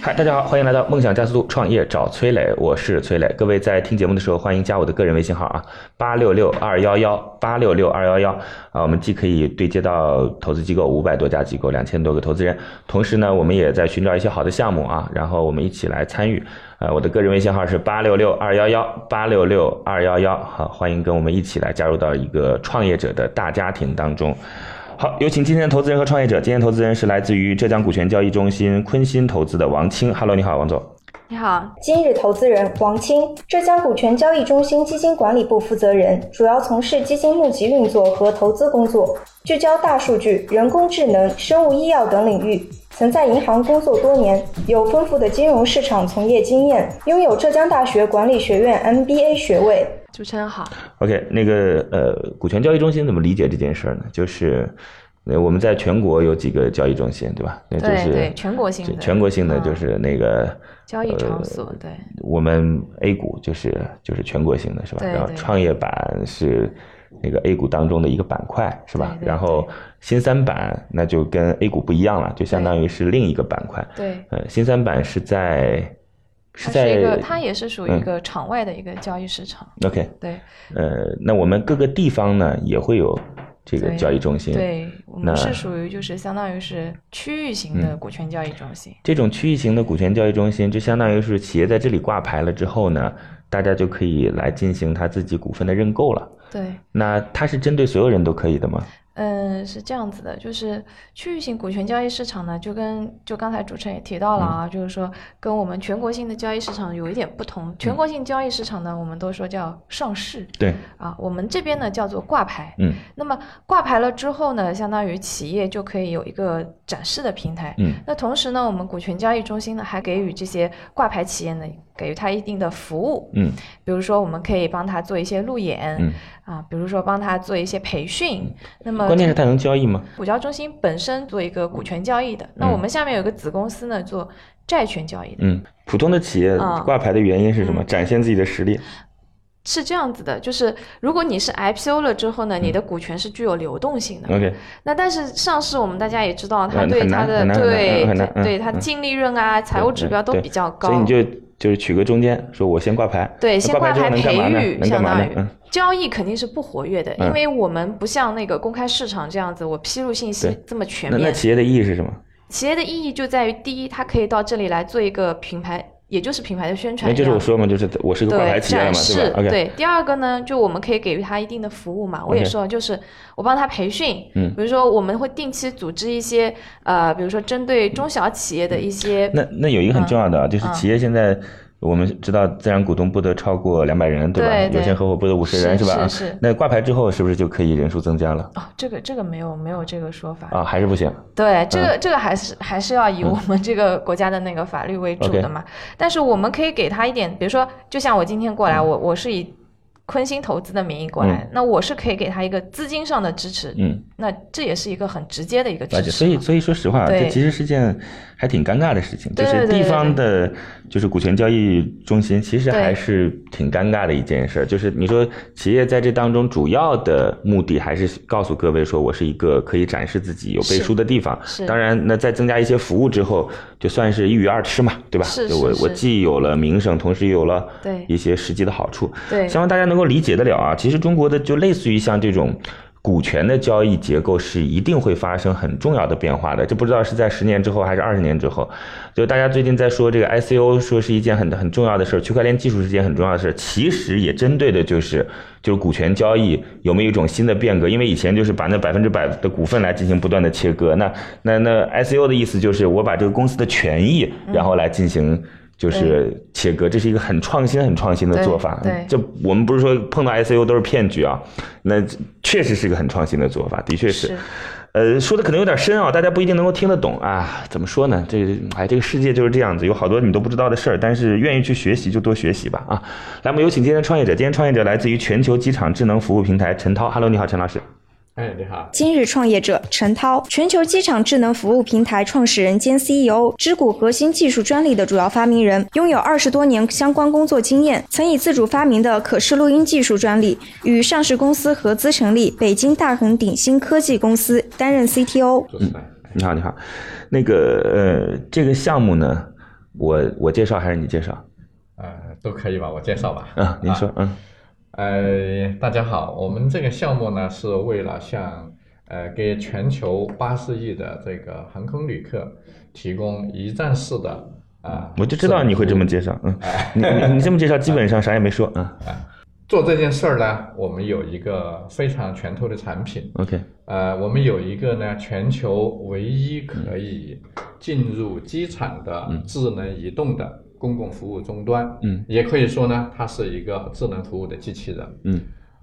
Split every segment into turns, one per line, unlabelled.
嗨，大家好，欢迎来到梦想加速度创业找崔磊，我是崔磊。各位在听节目的时候，欢迎加我的个人微信号啊，八六六二幺幺八六六二幺幺啊，我们既可以对接到投资机构五百多家机构，两千多个投资人，同时呢，我们也在寻找一些好的项目啊，然后我们一起来参与。呃，我的个人微信号是八六六二幺幺八六六二幺幺，好，欢迎跟我们一起来加入到一个创业者的大家庭当中。好，有请今天的投资人和创业者。今天投资人是来自于浙江股权交易中心坤鑫投资的王青。Hello，你好，王总。
你好，
今日投资人王青，浙江股权交易中心基金管理部负责人，主要从事基金募集运作和投资工作，聚焦大数据、人工智能、生物医药等领域。曾在银行工作多年，有丰富的金融市场从业经验，拥有浙江大学管理学院 MBA 学位。
主持人好。
OK，那个呃，股权交易中心怎么理解这件事儿呢？就是。呃我们在全国有几个交易中心，对吧？那就
对
是
对全国性的
全国性的
嗯
就是那个呃
交易场所对
我们 A 股就是就是全国性的是吧？
对
然后
对
创业板是那个 A 股当中的一个板块是吧？
对对
然后新三板那就跟 A 股不一样了，就相当于是另一个板块。
对，
呃，新三板是在是
它是一个，
在嗯
它也是属于一个场外的一个交易市场。
OK
对
呃，那我们各个地方呢也会有这个
对
交易中心。
对，我
那嗯
们是属于就是相当于是区域型的股权交易中心。
这种区域型的股权交易中心，就相当于是企业在这里挂牌了之后呢，大家就可以来进行他自己股份的认购了。
对，
那它是针对所有人都可以的吗？
嗯，是这样子的，就是区域性股权交易市场呢，就跟就刚才主持人也提到了
嗯
啊，就是说跟我们全国性的交易市场有一点不
嗯
同。全国性交易市场呢，我们都说叫上市
对，
啊，我们这边呢叫做挂牌。
嗯
那么挂牌了之后呢，相当于企业就可以有一个展示的平台。
嗯
那同时呢，我们股权交易中心呢还给予这些挂牌企业呢，给予它一定的服务，
嗯
比如说我们可以帮他做一些路演、
嗯，
啊，比如说帮他做一些培训。那么
关键是它能交易吗？
股交中心本身做一个股权交易的，那我们下面有个子公司呢做债权交易的，
嗯，普通的企业
啊
挂牌的原因是什么？展现自己的实力。
是这样子的，就是如果你是 IPO 了之后呢，
嗯
你的股权是具有流动性的。
OK，
那但是上市我们大家也知道，它
嗯
对
很
它
难
的
很难
对
很难嗯
对
嗯
它净利润啊、财务指标都
对
比较高，
所以你就就是取个中间，说我先挂牌，
对
那
先
挂
挂
之后
牌
能干嘛
培
呢？
育，
能干
相
嘛
当
呢
于？
嗯，
交易肯定是不活跃的，
嗯
因为我们不像那个公开市场这样子，我披露信息
对
这么全
那那
面。
企业的意义是什么？
企业的意义就在于，第一，它可以到这里来做一个品牌，也就是品牌的宣传
那
一样，
就是我说嘛，就是我是个挂牌
对
企业了
展
嘛，
示
对吧？OK，
第二个呢，就我们可以给予他一定的服务嘛。我也
OK
说，就是我帮他培训，
嗯
比如说我们会定期组织一些呃，比如说针对中小企业的一些，
那那有一个很重要
嗯
的啊，就是企业现在我们知道自然股东不得超过两百人，吧？
对对
有限合伙不得五十人，
是
吧？
是是
那挂牌之后是不是就可以人数增加了？
哦，这个这个没有没有这个说法。
啊，嗯还是不行。
对，这个这个还是还是要以我们这个国家的那个法律为主
OK
的嘛。但是我们可以给他一点，比如说，就像我今天
嗯
过来，我我是以坤鑫投资的名义过来，那我是可以给他一个资金上的支持，
嗯，
那这也是一个很直接的一个支
了解。
持嘛。
所以所以说实话，
对
这其实是件还挺尴尬的事情，就
对
是
对对
地方的，就是股权交易中心，其实
对
还是挺尴尬的一件事儿。就是你说企业在这当中主要的目的还是告诉各位说，我是一个可以展示自己有背
是
书的地方。
是
当然，那再增加一些服务之后，就算是一鱼二吃嘛，对吧？
是
就我
是
我
是
既有了名声，同时也有了
对
一些实际的好处。
对
希望大家能够理解得了啊。其实中国的就类似于像这种股权的交易结构是一定会发生很重要的变化的，这不知道是在十年之后还是二十年之后。就大家最近在说这个 ICO，说是一件很很重要的事儿，区块链技术是一件很重要的事儿，其实也针对的就是就是股权交易有没有一种新的变革？因为以前就是把那百分之百的股份来进行不断的切割，那那那 ICO 的意思就是我把这个公司的权益，
嗯
然后来进行。就是切割，这是一个很创新、很创新的
对
做法。
对
这我们不是说碰到 ICO 都是骗局啊，那确实是一个很创新的做法，的确是。
是
呃，说的可能有点深啊，大家不一定能够听得懂啊。怎么说呢？这个哎，这个世界就是这样子，有好多你都不知道的事儿，但是愿意去学习就多学习吧啊。来，我们有请今天的创业者。今天创业者来自于全球机场智能服务平台陈涛。Hello，你好，陈老师。
哎，你好。
今日创业者陈涛，全球机场智能服务平台创始人兼 CEO，知谷核心技术专利的主要发明人，拥有二十多年相关工作经验，曾以自主发明的可视录音技术专利与上市公司合资成立北京大恒鼎新科技公司，担任 CTO。
主持人，
你好，你好。那个呃，这个项目呢，我我介绍还是你介绍？
呃，都可以吧，我介绍吧。
啊，您说，嗯
呃，大家好，我们这个项目呢是为了向呃给全球八十亿的这个航空旅客提供一站式的啊、
我就知道你会这么介绍，嗯，你你你这么介绍，基本上啥也没说，嗯
做这件事儿呢，我们有一个非常拳头的产品，
，OK，
呃，我们有一个呢全球唯一可以进入机场的智能移动的公共服务终端，
嗯，
也可以说呢，它是一个智能服务的机器人，
嗯，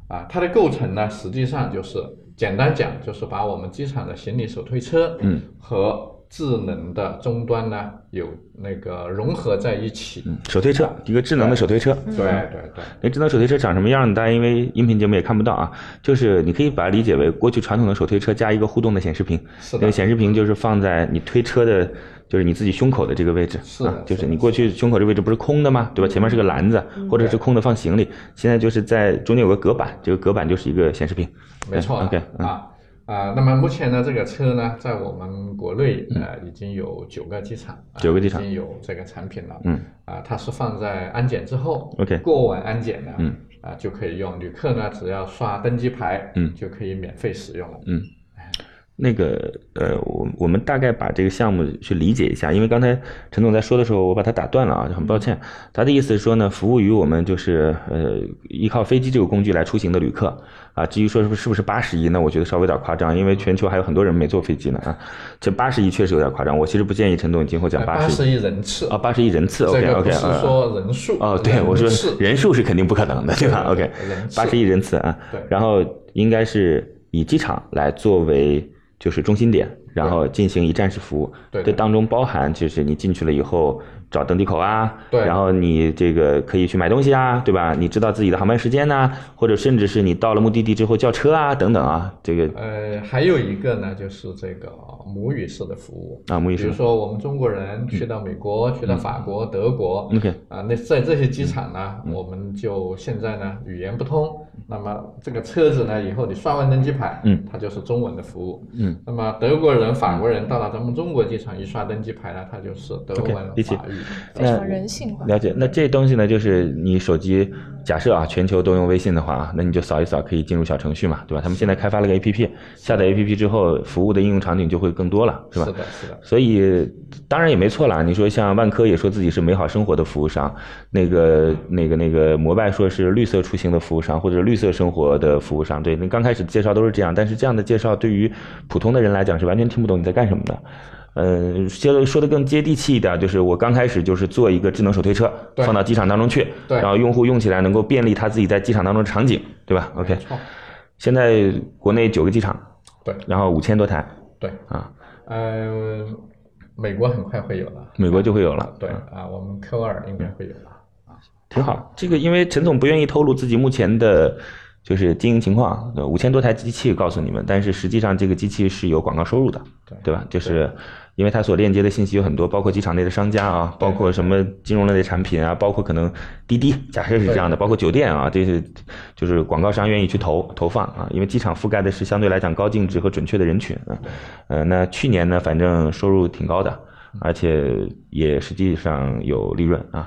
啊，它的构成呢，实际上就是简单讲，就是把我们机场的行李手推车，
嗯，
和智能的终端呢有那个融合在一起，
嗯，手推车，一个智能的手推车，
对对对，
那智能手推车长什么样呢？大家因为音频节目也看不到啊，就是你可以把它理解为过去传统的手推车加一个互动的显示屏，
是
那个
的，
显示屏就是放在你推车的，就是你自己胸口的这个位置，
是的嗯
啊，
是的
就是你过去胸口这位置不是空的吗？对吧？前面是个篮子，或者是空的放行李，现在就是在中间有个隔板，这个隔板就是一个显示屏，
没错
嗯
的
，OK，嗯
啊啊，那么目前呢，这个车呢，在我们国内呃已经有九个机场，啊
嗯九个机场
已经有这个产品了，
嗯
啊，它是放在安检之后
OK
过完安检呢，
嗯
啊就可以用，旅客呢只要刷登机牌，
嗯
就可以免费使用了，
那个呃，我我们大概把这个项目去理解一下，因为刚才陈总在说的时候，我把他打断了啊，就很抱歉。他的意思是说呢，服务于我们就是呃依靠飞机这个工具来出行的旅客啊。至于说是不是不是八十亿，那我觉得稍微有点夸张，因为全球还有很多人没坐飞机呢啊。这八十亿确实有点夸张，我其实不建议陈总今后讲八
哎呃八
十
十
亿
亿人次
啊，八十亿人次。
这
OK
个
OK
不是
啊。
说人数
哦，对，我说
次
人数是肯定不可能的，对吧？OK，
人次
八十亿人次啊，
对
然后应该是以机场来作为就是中心点，然后进行一站式服务。
对
这
对
当中包含就是你进去了以后找登机口啊，
对
然后你这个可以去买东西啊，对吧？你知道自己的航班时间呐、啊或者甚至是你到了目的地之后叫车啊，等等啊，这个
呃，还有一个呢，就是这个母语式的服务
啊母语式
比如说我们中国人去到美国、去到法国、德国
嗯 OK 嗯
啊，那在这些机场呢，我们就现在呢语言不通，那么这个车子呢，以后你刷完登机牌，
嗯，
它就是中文的服务，
嗯，
那么德国人、法国人到了咱们中国机场一刷登机牌呢，它就是德
OK，
文、
理解
法语，
非常人性化。
了解，那这东西呢，就是你手机假设啊，全球都用微信的话啊，那你就扫一扫可以进入小程序嘛，对吧？他们现在开发了个 APP，下载 APP 之后，服务的应用场景就会更多了，是吧？
是的，是的，
所以当然也没错啦。你说像万科也说自己是美好生活的服务商，那个那个那个摩拜说是绿色出行的服务商或者绿色生活的服务商。对，那刚开始介绍都是这样，但是这样的介绍对于普通的人来讲是完全听不懂你在干什么的。呃，说的说的更接地气一点，就是我刚开始就是做一个智能手推车
对
放到机场当中去，
对
然后用户用起来能够便利他自己在机场当中的场景，对吧？OK，
没错，
现在国内九个机场，
对
然后五千多台
对，
啊，
呃，美国很快会有了，
美国就会有了。
对啊，我们科二应该会有了。
挺好。这个因为陈总不愿意透露自己目前的，就是经营情况，呃五千多台机器告诉你们，但是实际上这个机器是有广告收入的，
对
对吧？就是因为它所链接的信息有很多，包括机场内的商家啊，包括什么金融类的产品啊，包括可能滴滴，假设是这样的，包括酒店啊，这些就是广告商愿意去投投放啊，因为机场覆盖的是相对来讲高净值和准确的人群啊。呃，那去年呢，反正收入挺高的。而且也实际上有利润啊，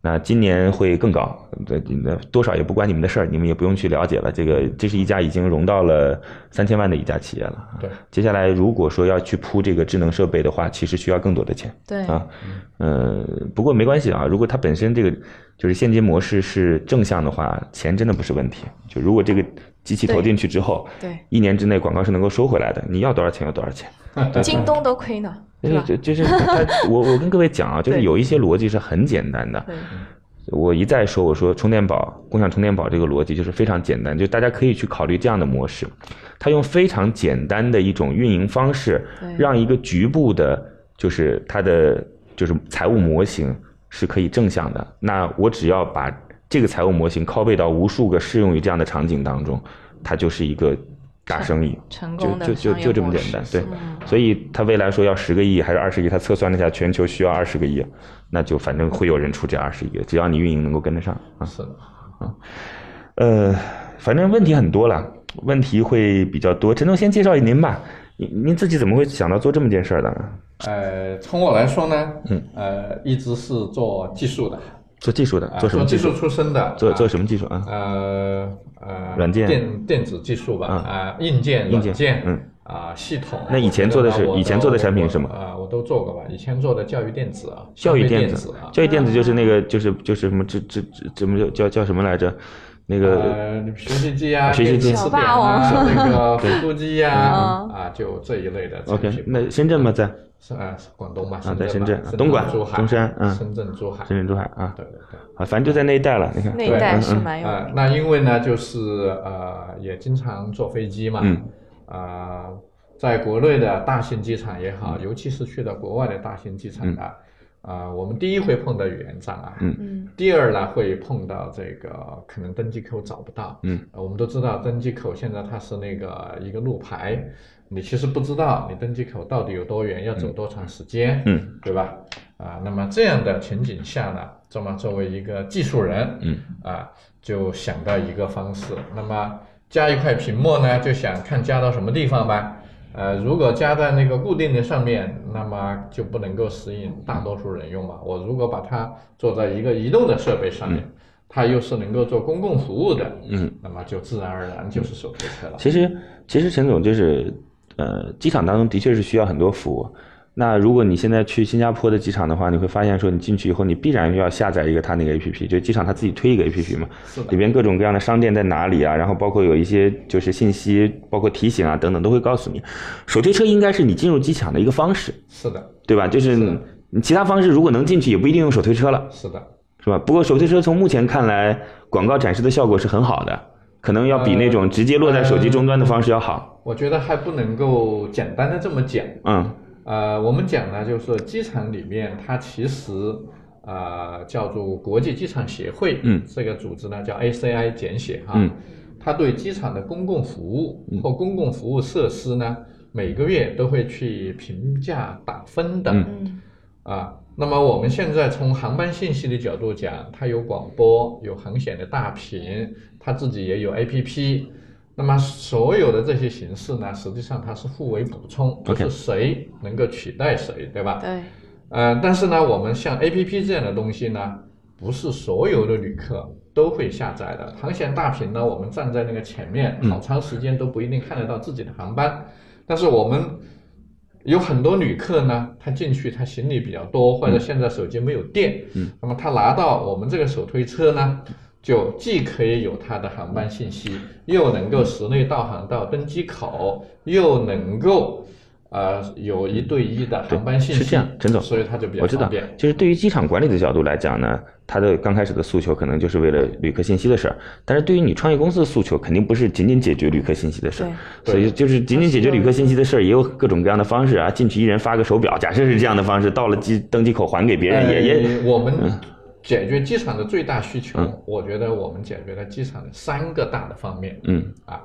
那今年会更高，这那多少也不关你们的事儿，你们也不用去了解了。这个这是一家已经融到了三千万的一家企业了。啊
对，
接下来如果说要去铺这个智能设备的话，其实需要更多的钱。
对，
啊，呃，不过没关系啊，如果它本身这个就是现金模式是正向的话，钱真的不是问题。就如果这个机器投进去之后，
对
一年之内广告是能够收回来的，你要多少钱有多少钱。
京东都亏呢，
就是
吧？
就就是它，我我跟各位讲啊，就是
对
有一些逻辑是很简单的，
对，
我一再说，我说充电宝、共享充电宝这个逻辑就是非常简单，就大家可以去考虑这样的模式，它用非常简单的一种运营方式
对，
让一个局部的，就是它的就是财务模型是可以正向的。那我只要把这个财务模型 copy 到无数个适用于这样的场景当中，它就是一个大生意。
成
就
功的
就就
商业
就这么
模
简
式
单，对
嗯，
所以他未来说要十个亿还是二十亿，他测算了一下，全球需要二十个亿，那就反正会有人出这二十亿，只要你运营能够跟得上啊。
是的，
呃，反正问题很多了，问题会比较多。陈总先介绍您吧，您您自己怎么会想到做这么件事儿的？
呃，从我来说呢，嗯，呃，一直是做技术的，
做技术的
啊，
做什么
技
技术？
出身的，
做做
么？
什么技术啊？
呃呃，
软件
电电子技术吧，
嗯
啊，硬件、
硬
软
件
件，
嗯，
啊，系统。
那以前做的是
我觉得吧
以前做的产品是什么
我都啊，我都做过吧，以前做的教育电子啊，
教育
消费
电
电
子
啊，，
教育电子就是那个就是就是什么这这这怎么叫叫叫什么来着？那个
呃，学习机啊，
学习机
电子词典
小
啊，
霸王
那个复读机 呀，
嗯
啊，就这一类的产
OK，
品。
那深圳吗？在
是呃，是广东吧，
啊在
深
深圳
吧
啊东莞
珠海、
中山嗯
深圳、珠海，
深圳珠海啊
对对对。
啊，反正就在那一带了。你看，
那
对
一代
嗯
是
嗯
蛮有
啊、那因为呢，就是呃，也经常坐飞机嘛，
嗯，
啊、在国内的大型机场也
嗯
好，尤其是去到国外的大型机场啊，啊、我们第一会碰到语言障碍，
嗯
嗯
第二呢会碰到这个可能登机口找不到，
嗯
呃我们都知道登机口现在它是那个一个路牌，你其实不知道你登机口到底有多远，要走多长时间，
嗯，
对吧？啊，那么这样的情景下呢，这么作为一个技术人，
嗯，
啊，就想到一个方式，那么加一块屏幕呢，就想看加到什么地方吧。呃，如果加在那个固定的上面，那么就不能够适应大多数人用嘛。我如果把它做在一个移动的设备上面，它又是能够做公共服务的，
嗯，
那么就自然而然就是手推车了。
其实，其实陈总就是，呃，机场当中的确是需要很多服务。那如果你现在去新加坡的机场的话，你会发现说，你进去以后，你必然要下载一个它那个 APP，就机场它自己推一个 APP 嘛，
是的
里边各种各样的商店在哪里啊，然后包括有一些就是信息，包括提醒啊等等，都会告诉你。手推车应该是你进入机场的一个方式，
是的，
对吧？就是
是的
你其他方式如果能进去，也不一定用手推车了。
是的。
是吧？不过手推车从目前看来，广告展示的效果是很好的，可能要比那种直接落在手机终端的方式要好。
我觉得还不能够简单的这么讲。
嗯
呃，我们讲呢，就是说机场里面它其实呃叫做国际机场协会，
嗯
这个组织呢叫 ACI 简写哈，
嗯
它对机场的公共服务或公共服务设施呢，每个月都会去评价打分的，
嗯
嗯
啊。那么我们现在从航班信息的角度讲，它有广播，有航线的大屏，它自己也有 APP。那么所有的这些形式呢，实际上它是互为补充，不
OK
是谁能够取代谁，对吧？
嗯对
呃，但是呢，我们像 APP 这样的东西呢，不是所有的旅客都会下载的。航线大屏呢，我们站在那个前面，
嗯
好长时间都不一定看得到自己的航班。但是我们有很多旅客呢，他进去他行李比较多，
嗯
或者现在手机没有电，嗯，那么他拿到我们这个手推车呢，就既可以有他的航班信息，又能够室内导航到登机口，又能够。呃，有一对一的航班信息
是这样陈总
所以它就比较
我知
方
道
便。，
就是对于机场管理的角度来讲呢，它的刚开始的诉求可能就是为了旅客信息的事儿，但是对于你创业公司的诉求，肯定不是仅仅解决旅客信息的事儿，
对
所以就是仅仅解决旅客信息的事儿，也有各种各样的方式啊，进去一人发个手表，假设是这样的方式，到了机登机口还给别人，也也嗯
呃我们解决机场的最大需求，我觉得我们解决了机场的三个大的方面。
嗯
啊，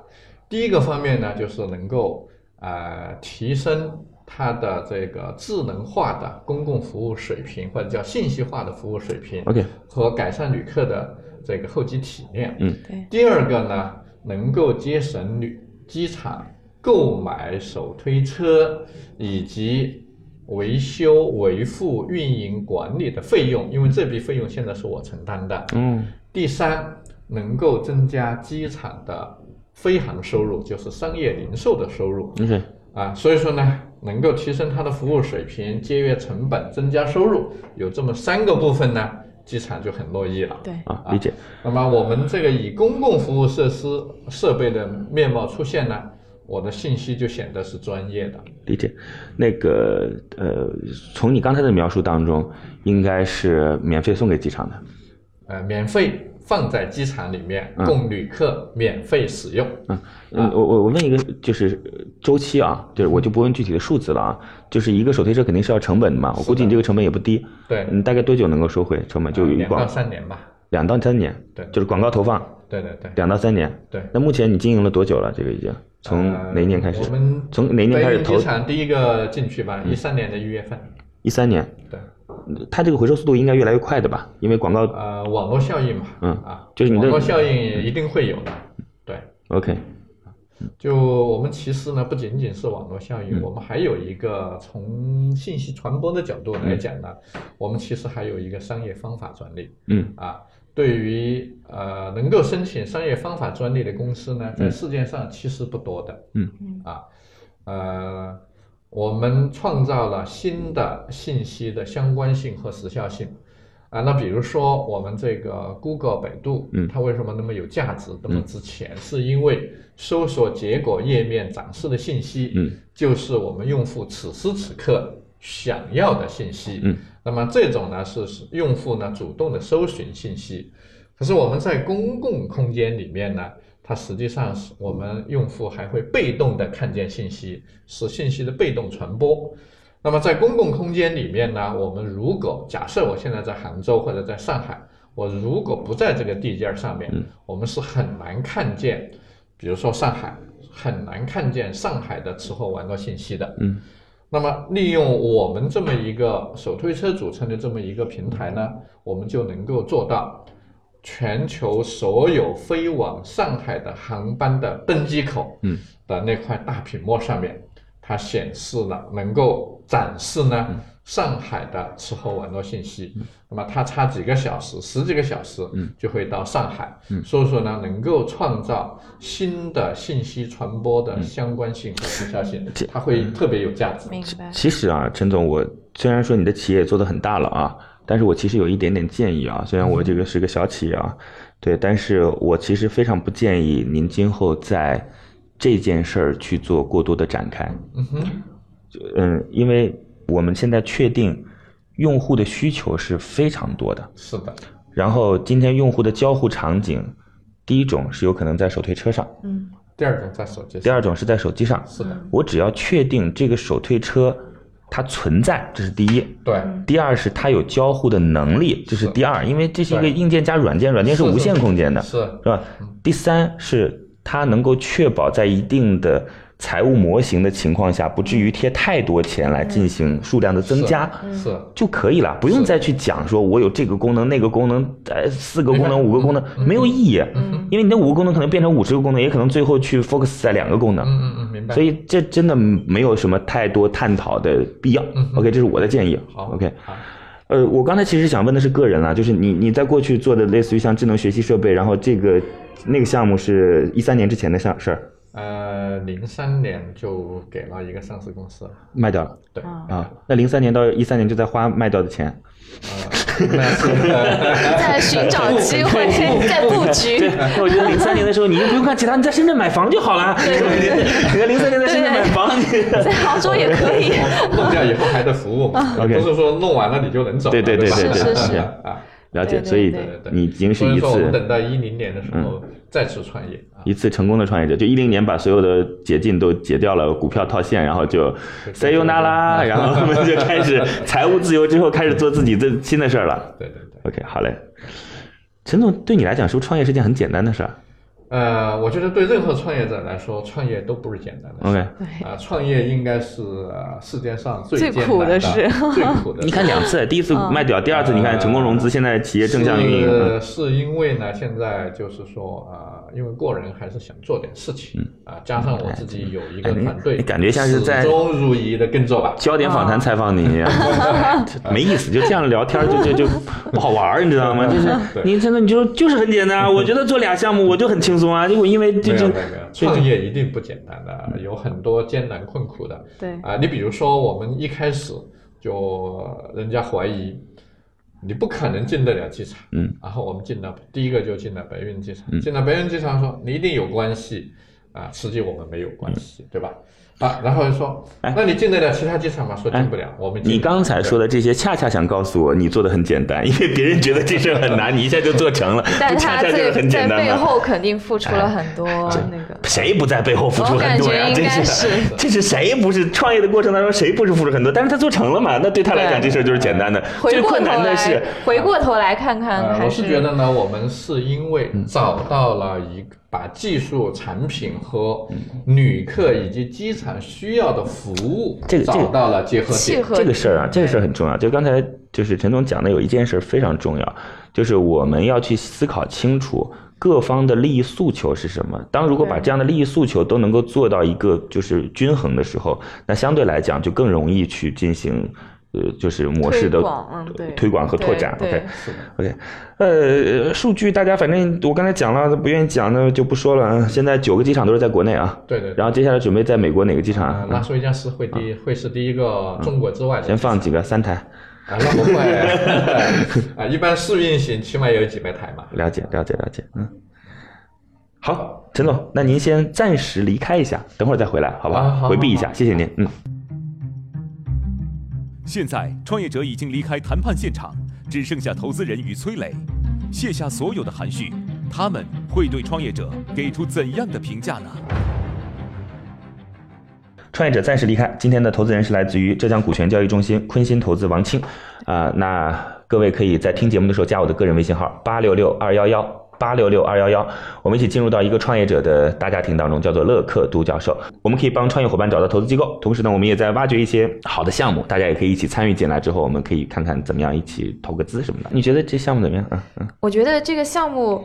第一个方面呢，就是能够呃提升它的这个智能化的公共服务水平，或者叫信息化的服务水平
OK
和改善旅客的这个候机体验。
嗯
对
第二个呢，能够节省旅机场购买手推车以及维修、维护、运营管理的费用，因为这笔费用现在是我承担的。
嗯
第三，能够增加机场的飞航收入，就是商业零售的收入
，OK，
啊。所以说呢，能够提升它的服务水平，节约成本，增加收入，有这么三个部分呢，机场就很乐意了。
对
啊，理解。
那么我们这个以公共服务设施设备的面貌出现呢，我的信息就显得是专业的。
理解，那个呃，从你刚才的描述当中，应该是免费送给机场的，
呃免费放在机场里面
嗯
供旅客免费使用。啊
嗯，我我我问一个，就是呃周期啊，就是我就不问具体的数字了啊，就是一个手推车肯定是要成本的嘛，我估计你这个成本也不低，
对，啊
嗯，大概多久能够收回成本？就有一
两到
广
三年吧。
两到三年，
对
就是广告投放
对对对
两到三年。
对。
那目前你经营了多久了？这个已经从
呃
哪一年开始
我？们
从哪一年开始
北京
投嗯
机？场第一个进去吧，一三年的一月份。
一三年，
对，
它这个回收速度应该越来越快的吧？因为广告
呃，网络效应嘛，
嗯
啊，
就是你
网
的
络效应也一定会有的。对，
OK，
就我们其实呢，不仅仅是网络效
嗯
应，我们还有一个从信息传播的角度来讲呢，我们其实还有一个商业方法专利
嗯
啊。对于呃能够申请商业方法专利的公司呢，在世界上其实不多的。
嗯
嗯
啊，呃，我们创造了新的信息的相关性和时效性。啊，那比如说我们这个 Google、百度，
嗯
它为什么那么有价值、那么值钱？是因为搜索结果页面展示的信息，
嗯，
就是我们用户此时此刻想要的信息，
嗯，
那么这种呢是是用户呢主动的搜寻信息，可是我们在公共空间里面呢，它实际上是我们用户还会被动的看见信息，使信息的被动传播。那么在公共空间里面呢，我们如果假设我现在在杭州或者在上海，我如果不在这个地界儿上面，我们是很难看见，比如说上海，很难看见上海的吃喝玩乐信息的。
嗯。
那么，利用我们这么一个手推车组成的这么一个平台呢，我们就能够做到全球所有飞往上海的航班的登机口，
嗯，
的那块大屏幕上面，它显示了能够展示呢
嗯
上海的吃喝玩乐信息。那么它差几个小时，十几个小时，
嗯
就会到上海。所以说呢，能够创造新的信息传播
嗯
的相关性和时效性，它会特别有价值。
明白。
其实啊，陈总，我虽然说你的企业做得很大了啊，但是我其实有一点点建议啊。虽然我这
嗯
个是个小企业啊，对，但是我其实非常不建议您今后在这件事儿去做过多的展开。
嗯哼，
嗯，因为我们现在确定用户的需求是非常多的，
是的，
然后今天用户的交互场景，第一种是有可能在手推车上，
嗯
第二种在手机
第
上，
二种是在手机上。
是的，
我只要确定这个手推车它存在，这是第一。
对，
第二是它有交互的能力，这是第二，因为这是一个
对
硬件加软件，软件是
是
无
是
限空间的，
是
是吧？第三是它能够确保在一定的财务模型的情况下，不至于贴太多钱来进行数量的增加。
嗯
是
就可以了，不用再去讲说我有这个功能、那个功能，呃，四个功能、
明白
五个功能，
嗯
没有意义，因为你那五个功能可能变成五十个功能，也可能最后去 focus 在两个功能。
嗯嗯嗯，明白。
所以这真的没有什么太多探讨的必要。OK，这是我的建议。
嗯好
OK，
好
呃，我刚才其实想问的是个人啊，就是你你在过去做的类似于像智能学习设备，然后这个那个项目是一三年之前的上事儿，
呃，零三年就给了一个上市公司 了，
卖掉了
对，
啊，
啊。那零三年到一三年就在花卖掉的钱，
那是呃
在寻找机会，在布 局。
我觉得零三年的时候，你又不用看其他，你在深圳买房就好了。你在零三年在深圳买房，你
在杭州也可以。
弄掉以后还得服务嘛，
OK
不是说弄完了你就能走了，
对对对
吧
对
啊对是是是
啊，
了解。
对
所以
对
对对，
你已经是
所以
一
说我们
次嗯
等到一零年的时候再次创业 啊，
一次成功的创业者，就一零年把所有的解禁都解掉了，股票套现，然后就 say you 啦啦，然后我们就开始财务自由之后开始做自己的新的事儿了。
对对对，
OK，好嘞。陈总，对你来讲，是不是创业是件很简单的事啊儿
呃，我觉得对任何创业者来说，创业都不是简单的事。
？OK，
嗯
啊，创业应该是呃世界上最
最
艰
苦
难的
的事
最苦的事。
你看两次，第一次卖掉，第二次你看成功融资，现在企业正向运营。嗯
是是因为呢，现在就是说啊、因为个人还是想做点事情啊、加上我自己有一个
嗯哎你
团队，
你感觉像是在
始终如一的跟着吧。
焦点访
啊
谈采访你 一样，没意思，就这样聊天儿就就就不好玩儿，你知 道吗？就是
对
你真的你就就是很简单，啊我觉得做俩项目我就很轻松啊，就我因为就
没
就
有没有没有，创业一定不简单的，有很多艰难困苦的。
对，
啊，你比如说我们一开始就人家怀疑你不可能进得了机场，
嗯，
然后我们进了第一个就进了白云
嗯
机场，进了白云机场说你一定有关系啊，实际我们没有关系，对吧？啊，然后就说，那你进得了其他机场吗？说进不了，我们进
哎你
不了
刚才
对
说的这些，恰恰想告诉我，你做的很简单，因为别人觉得这事儿很难，你一下就做成了，
但
不恰恰
他
就是
在
很
在
简单
背
吗？
后肯定付出了很多 那个。
谁不在背后付出很多呀？
我感觉
真
应该
是的
是，
这是谁不是创业的过程当中谁不是付出很多？但是他做成了嘛，那对他来讲这
对
事儿就是简单的。
回
最
过
困
头
难的是
来，，回过头来看
嗯
看，
呃，
还
我是觉得呢，我们是因为找到了一个把技术、产品和
嗯
旅客以及机场需要的服务
这个这个
找到了结合
契
点。
合
这个事儿啊，这个事儿
对
很重要。就刚才就是陈总讲的，有一件事儿非常重要，就是我们要去思考清楚各方的利益诉求是什么。当如果把
对
这样的利益诉求都能够做到一个就是均衡的时候，那相对来讲就更容易去进行呃就是模式的
推广嗯对
推广和拓展。
对
OK
对
OK，呃，数据大家反正我刚才讲了，不愿意讲的就不说了啊。现在九个机场都是在国内啊，
对对对
然后接下来准备在美国哪个机场
呃
啊？
拉斯维加斯会第一会是第一个中国之外的，
嗯先放几个三台。
啊，那不会 啊，一般试运行起码有几百台嘛。
了解，了解，了解。嗯，好，陈总，那您先暂时离开一下，等会儿再回来，好不
啊好
回避一
好
下，谢谢您。嗯，
现在，创业者已经离开谈判现场，只剩下投资人与崔磊，卸下所有的含蓄，他们会对创业者给出怎样的评价呢？
创业者暂时离开。今天的投资人是来自于浙江股权交易中心坤鑫投资王庆，啊、那各位可以在听节目的时候加我的个人微信号八六六二幺幺。八六六二幺幺，我们一起进入到一个创业者的大家庭当中，叫做乐客独角兽。我们可以帮创业伙伴找到投资机构，同时呢，我们也在挖掘一些好的项目，大家也可以一起参与进来。之后，我们可以看看怎么样一起投个资什么的。你觉得这项目怎么样？嗯嗯。
我觉得这个项目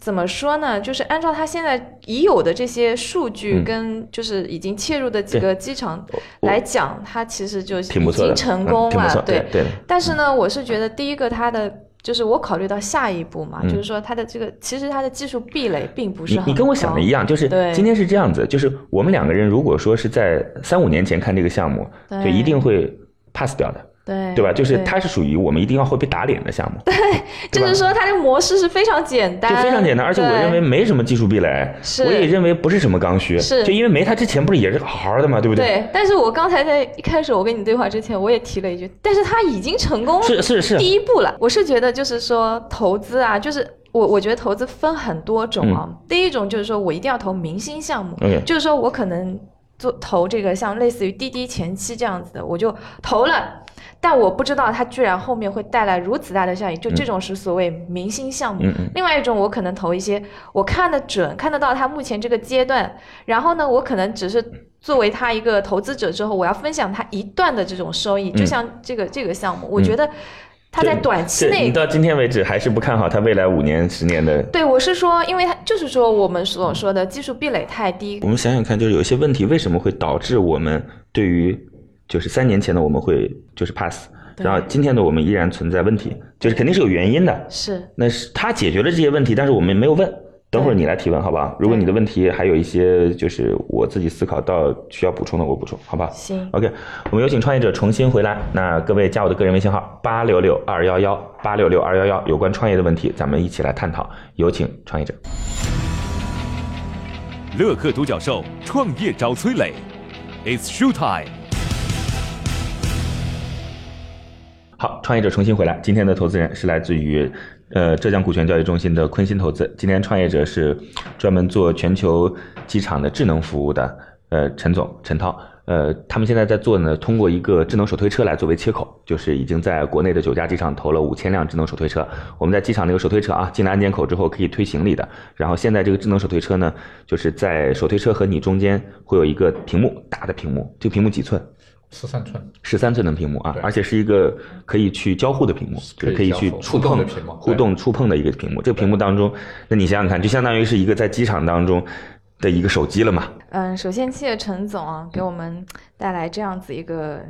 怎么说呢？就是按照它现在已有的这些数据
嗯
跟就是已经切入的几
对
个机场
我
来讲，它其实就已
挺不错的，
经成
嗯
功
挺不错
了。
对对的，
但是呢，我是觉得第一个它的。就是我考虑到下一步嘛，
嗯
就是说它的这个其实它的技术壁垒并不是
你
很
你跟我想的一
高，
样，就是
对
今天是这样子，就是我们两个人如果说是在三五年前看这个项目，
对
就一定会 pass 掉的，
对
对吧？就是
对
它是属于我们一定要会被打脸的项目，对，
就是说它的模式是非常简单，
就非常简单，而且我
对
认为没什么技术壁垒，
是
我也认为不是什么刚需，
是
就因为没它之前不是也是好好的嘛，对不？
对。但是我刚才在一开始我跟你对话之前，我也提了一句，但是它已经成功了，
是是是，
第一步了。我是觉得就是说投资啊，就是我我觉得投资分很多种啊。
嗯
第一种就是说我一定要投明星项目
OK
就是说我可能做投这个像类似于滴滴前期这样子的，我就投了。但我不知道它居然后面会带来如此大的效益，就这种是所谓明星项目。
嗯嗯
另外一种，我可能投一些我看得准、看得到它目前这个阶段，然后呢，我可能只是作为他一个投资者之后，我要分享他一段的这种收益，就像这个这个项目，我觉得他在
嗯对
短期
对
内
你到今天为止还是不看好它未来五年十年的
对，我是说，因为它就是说我们所说的技术壁垒太低
我，们想想看，就是有一些问题为什么会导致我们对于就是三年前的我们会就是 pass，
对
然后今天的我们依然存在问题，就是肯定是有原因的。
是
那是他解决了这些问题，但是我们没有问。等会儿你来提问，好不好？如果你的问题还有一些就是我自己思考到需要补充的，我补充，好不好？
行
OK，我们有请创业者重新回来。那各位加我的个人微信号八六六二幺幺八六六二幺幺，有关创业的问题，咱们一起来探讨。有请创业者。
乐客独角兽创业找崔磊，It's show time。
好，创业者重新回来。今天的投资人是来自于呃浙江股权交易中心的坤鑫投资。今天创业者是专门做全球机场的智能服务的呃陈总陈涛。呃，他们现在在做呢，通过一个智能手推车来作为切口，就是已经在国内的九家机场投了五千辆智能手推车。我们在机场那个手推车啊，进了安检口之后可以推行李的。然后现在这个智能手推车呢，就是在手推车和你中间会有一个屏幕，大的屏幕，这个屏幕几寸？
十三寸，
十三寸的屏幕啊，
对
而且是一个可以去交互的屏幕，就是可以去触碰
可以交互互动的屏幕
互动触碰的一个屏幕。这个屏幕当中，那你想想看，就相当于是一个在机场当中的一个手机了嘛？
嗯，首先谢谢陈总啊，给我们带来这样子一个，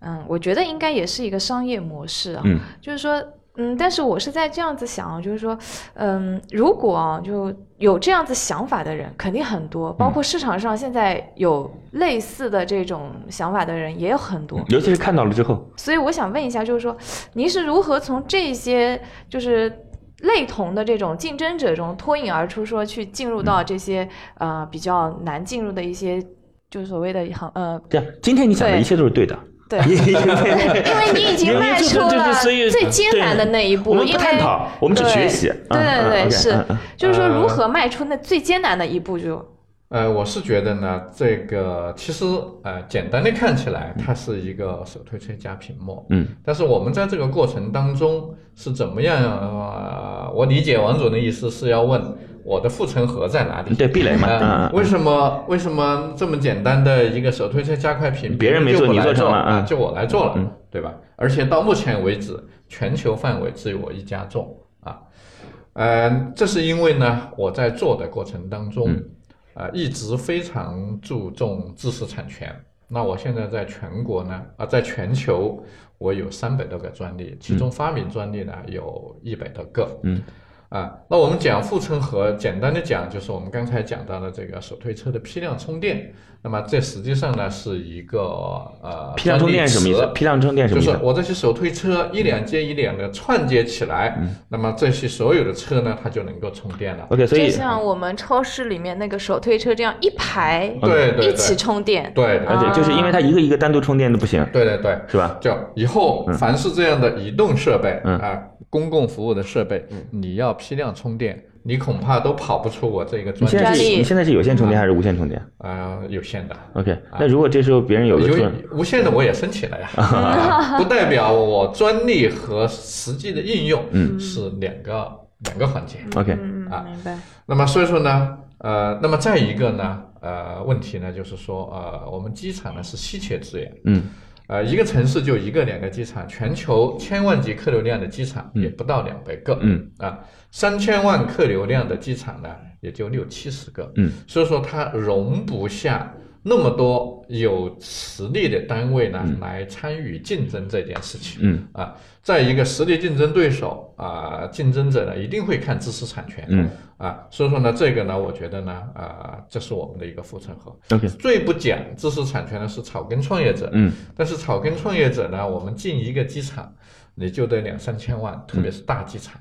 嗯，我觉得应该也是一个商业模式啊，
嗯
就是说，嗯，但是我是在这样子想啊，就是说，嗯，如果啊就有这样子想法的人肯定很多，包括市场上现在有类似的这种想法的人也有很多，
嗯尤其是看到了之后，
所以我想问一下，就是说，您是如何从这些就是类同的这种竞争者中脱颖而出，说去进入到这些、呃比较难进入的一些就是所谓的行呃，
这样，今天你讲的
对
一切都是 对的。，
对
对
因为你已经迈出
对对
了
对所以
最艰难的那一步，
我们
因
不
为
探讨，我们只学习。
对
嗯嗯
对对对，
OK，
是
嗯嗯，
就是说如何迈出那最艰难的一步就。
呃，我是觉得呢，这个其实呃，简单的看起来，它是一个手推车加屏幕，
嗯，
但是我们在这个过程当中是怎么样？呃、我理解王总的意思是要问我的护城河在哪里？
对壁垒嘛。嗯
啊
嗯，
为什么为什么这么简单的一个手推车加快屏，
别人没做
就我来
你做成了
啊
嗯
就我来做
嗯
了，对吧？而且到目前为止，全球范围只有我一家做啊。呃，这是因为呢，我在做的过程当中，
嗯
呃，一直非常注重知识产权。那我现在在全国呢，啊、在全球，我有三百多个专利，其中发明专利呢有一百多个。
嗯，
啊，那我们讲护城河，简单的讲就是我们刚才讲到的这个手推车的批量充电。那么这实际上呢是一个呃
批量充电是什么意
专利
思
词？
批量充电是什
就
么意
是
思？嗯
我这些手推车一辆接一辆的串接起来，那么这些所有的车呢，它就能够充电了。
OK，所
就
以
像我们超市里面那个手推车这样一排
对对
一起
对，
充电，
对
而且就是因为它一个一个单独充电都不行，
对对对，
是吧？
就以后凡是这样的移动设备
嗯
啊，公共服务的设备，你要批量充电，你恐怕都跑不出我这个
你
专
现在
利
是
专利
你现在是有线充电还是无线充电
呃有限的。
？OK，那如果这时候别人有个
啊有
专
无限的我也申请 了呀，啊不代表我专利和实际的应用
嗯
是两个两个环节。
OK，
嗯
啊
嗯，明白。
那么所以说呢，呃，那么再一个呢，呃，问题呢就是说，呃，我们机场呢是稀缺资源，
嗯，
呃，一个城市就一个两个机场，全球千万级客流量的机场也不到两百个，
嗯，
啊，三千万客流量的机场呢也就六七十个，
嗯，
所以说它容不下。那么多有实力的单位呢，来参与竞争这件事情，
嗯
啊，再一个实力竞争对手啊、竞争者呢一定会看知识产权，
嗯
啊，所以说呢，这个呢，我觉得呢，啊、这是我们的一个护城河。
OK，
最不讲知识产权的是草根创业者，
嗯，
但是草根创业者呢，我们进一个机场，你就得两三千万，特别
嗯
是大机场，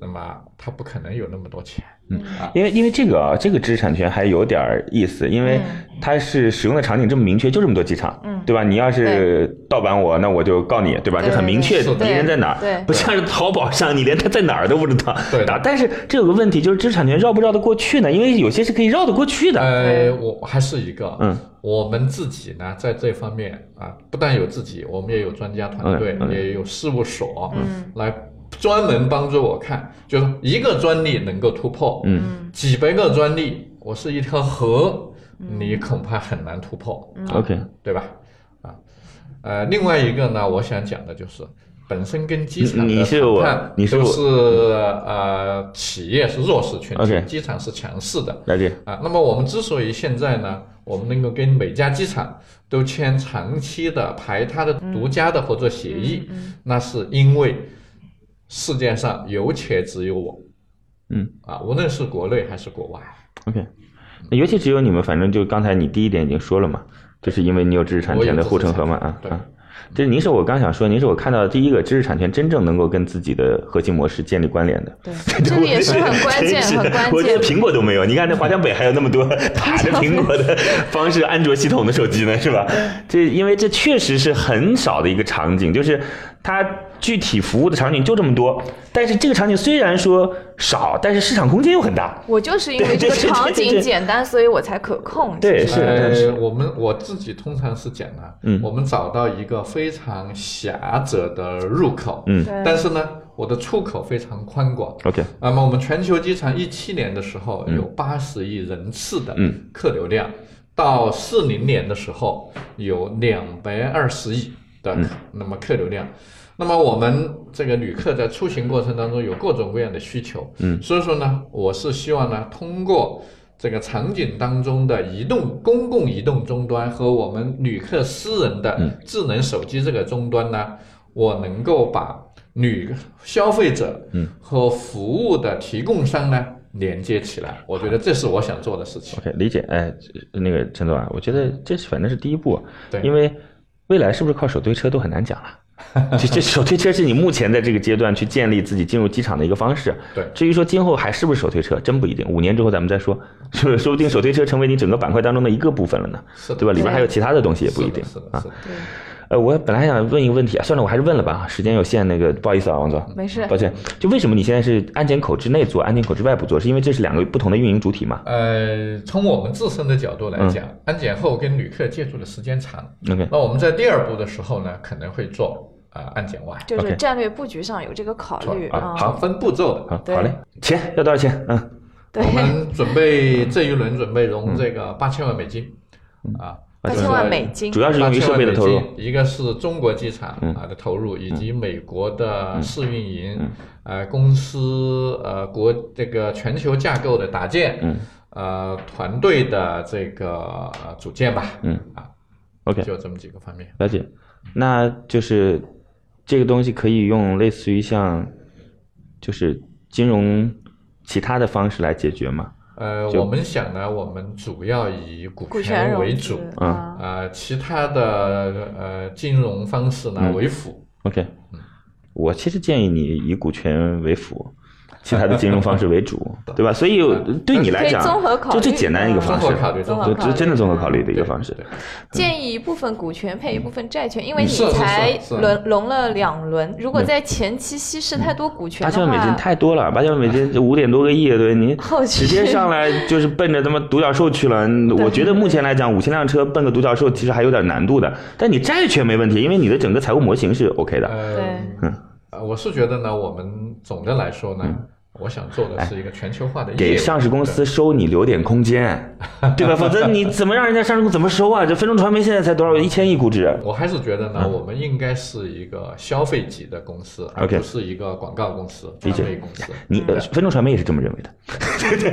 那么他不可能有那么多钱，嗯啊，
因为因为这个啊，这个知识产权还有点儿意思，因为它是使用的场景这么明确，就这么多机场，
嗯
对吧？你要是盗版我，那我就告你，对吧？
对
这很明确，
对
敌人在哪
对
儿，不像是淘宝上，你连他在哪儿都不知道。
对的
打但是这有个问题，就是知识产权绕不绕得过去呢？因为有些是可以绕得过去的。
呃，我还是一个，
嗯，
我们自己呢，在这方面啊，不但有自己，我们也有专家团
OK，
队，
OK
也有事务所，
嗯，
来专门帮助我看，就是一个专利能够突破，
嗯，
几百个专利，我是一条河，你恐怕很难突破，
OK，
对吧？啊，呃，另外一个呢，我想讲的就是。本身跟机场的
你你是我
谈判
你是
都
我
是呃企业是弱势群体
OK，
机场是强势的，
来这，
啊，那么我们之所以现在呢，我们能够跟每家机场都签长期的排他的独家的合作协议，那是因为世界上有且只有我，
嗯，
啊，无论是国内还是国外，
OK，那尤其只有你们，反正就刚才你第一点已经说了嘛，就是因为你有知识产权的护城河嘛啊
对
啊，这您是我刚想说，您是我看到的第一个知识产权真正能够跟自己的核心模式建立关联的。
对， 这个也是很关键，
真是
很
的
关
我觉
键
得。苹果都没有，你看那华强北还有那么 多打着苹果的方式安卓系统的手机呢，是吧？这因为这确实是很少的一个场景，就是它具体服务的场景就这么多，但是这个场景虽然说少，但是市场空间又很大。
我就是因为这个
对对对
场
对对
景简单，所以我才可控。
对
其实
是的
呃
是
我们我自己通常是讲呢，啊
嗯
我们找到一个非常狭窄的入口，
嗯
对
但是呢，我的出口非常宽广，
OK，
那么我们全球机场一七年的时候有八十亿人次的
嗯
客流量，到四零年的时候有两百二十亿的客那么客流量。那么我们这个旅客在出行过程当中有各种各样的需求，
嗯
所以说呢，我是希望呢，通过这个场景当中的移动公共移动终端和我们旅客私人
嗯
的智能手机这个终端呢，我能够把旅消费者
嗯
和服务的提供商呢连接起来，我觉得这是我想做的事情。
OK，理解。哎，那个陈总啊，我觉得这是反正是第一步，
对
因为未来是不是靠手推车都很难讲了。 这这手推车是你目前在这个阶段去建立自己进入机场的一个方式。
对
至于说今后还是不是手推车，真不一定。五年之后咱们再说， 是不是？说不定手推车成为你整个板块当中的一个部分了呢，
是的
对吧？里边还有其他的东西也不
是
一
的
定
是的，
啊
是。的。
呃，我本来想问一个问题啊，算了，我还是问了吧，时间有限，那个不好意思啊，王总，
没事
抱歉。就为什么你现在是安检口之内做，安检口之外不做？是因为这是两个不同的运营主体嘛
呃，从我们自身的角度来讲，
嗯
安检后跟旅客接触的时间长，
？OK，
那我们在第二步的时候呢，可能会做啊、呃安检外，
就是
OK
战略布局上有这个考虑
啊，
啊。
好，分步骤的。
好，
对
好嘞，钱要多少钱？嗯，
对
我，们准备这一轮准备融这个八千万美金，
嗯
啊，
八千万美金
主，要是用于设备的投入
8000
嗯
万。美金，一个是中国机场啊的投入，以及美国的试运营，
嗯
呃，公司呃国这个全球架构的搭建，
嗯
呃，团队的这个呃组建吧，
嗯
啊
OK
就这么几个方面。
了解，那就是这个东西可以用类似于像，就是金融其他的方式来解决吗？
呃，
就
我们想呢，我们主要以股
股权
权
融
为
资
主，
嗯
啊，
呃，其他的呃金融方式呢
嗯
为辅。
OK，我其实建议你以股权为辅，其他的金融方式 为主，对吧？所以对你来讲
可以综合考，虑
就最简单一个方式
综合，考虑
综
综
合
就
合
嗯
考
这
虑，
真的综合考虑的一个
对
方式。
对
建议一部分股权配一部分债权，因为你
是是是
才
是
轮融了两轮，
嗯
如果在前期稀释太多股权
八
的
千
话，
万美金太多了，八千万美金五点多个亿，对你
后期
直接上来就是奔着他妈独角兽去 了。我觉得目前来讲，五千辆车奔个独角兽其实还有点难度的。但你债权没问题，因为你的整个财务模型是 OK 的。
呃，
对，
嗯
呃，我是觉得呢，我们总的来说呢，我想做的是一个全球化的业务，
给上市公司收你留点空间，对吧？否则你怎么让人家上市公司怎么收啊？这分众传媒现在才多少？一千亿估值。
对。我还是觉得
嗯
呢，我们应该是一个消费级的公司，而
OK
不是一个广告公司、
理
传
解
媒公司。
你呃，分众传媒也是这么认为的， 对对，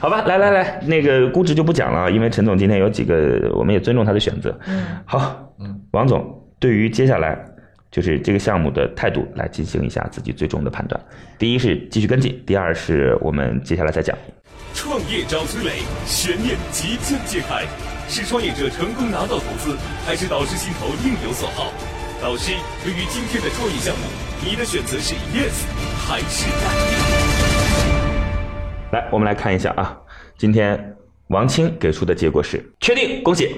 好吧，来来来，那个估值就不讲了啊，因为陈总今天有几个，我们也尊重他的选择。嗯，好，
嗯，
王总对于接下来就是这个项目的态度来进行一下自己最终的判断。第一是继续跟进，第二是我们接下来再讲。
创业找崔磊，悬念即将揭开，是创业者成功拿到投资，还是导师心头另有所好？导师，对于今天的创业项目，你的选择是 yes 还是 no？
来，我们来看一下啊，今天王清给出的结果是确定，恭喜。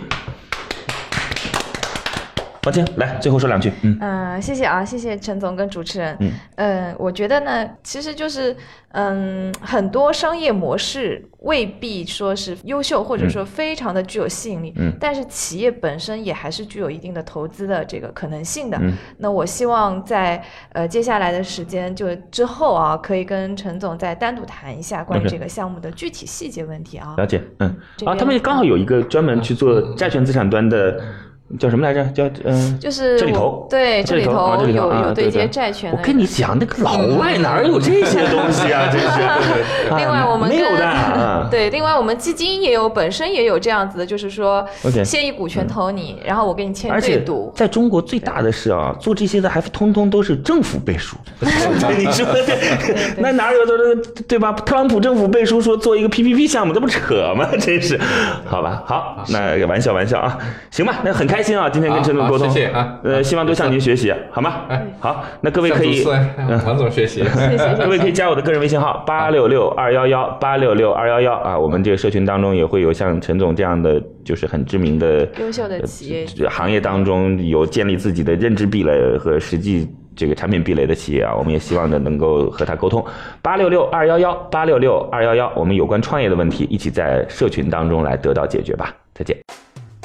王清，来最后说两句，嗯，
嗯，谢谢啊，谢谢陈总跟主持人。
嗯
呃，我觉得呢，其实就是嗯，很多商业模式未必说是优秀，或者说非常的具有吸引力，
嗯
但是企业本身也还是具有一定的投资的这个可能性的。
嗯
那我希望在呃接下来的时间就之后啊，可以跟陈总再单独谈一下关于
OK
这个项目的具体细节问题啊。
了解，嗯，
这
啊，
边
他们刚好有一个专门去做债权资产端的，叫什么来着？叫嗯。
就是
这里
我
头
对这里
头啊，这里头
有
啊，
有
对
接
对
债权
我
的。
跟你讲，那个老外哪有这些东西啊？真 是。啊
另外我们
没
跟
有的啊。
对，另外我们基金也有，本身也有这样子的，就是说
OK
现一股权投你，然后我给你签
而
对
且
赌。
在中国最大的是啊，做这些的还通通都是政府背 书。对，你说的对，那哪有的对吧？特朗普政府背书说做一个 PPP 项目，这不扯吗？ 真是，好吧，好，那个玩笑玩笑啊，行吧，那很开心啊，今天跟陈总
好好
沟通，
谢谢啊
呃，
好
希望多向您学习，好吗？好，那各位
向
可
主
以嗯
持。人王总学 习。
谢谢
各位可以加我的个人微信号八六六二幺幺八六六二幺幺啊，我们这个社群当中也会有像陈总这样的，就是很知名的
优秀的企业
这行业当中有建立自己的认知壁垒和实际这个产品壁垒的企业啊，我们也希望着能够和他沟通。八六六二幺幺八六六二幺幺，我们有关创业的问题一起在社群当中来得到解决吧。再见。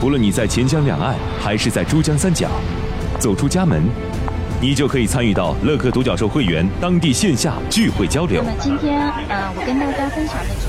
不论你在钱江两岸还是在珠江三角，走出家门，你就可以参与到乐客独角兽会员当地线下聚会交流
那。么今天，呃，我跟大家分享的主题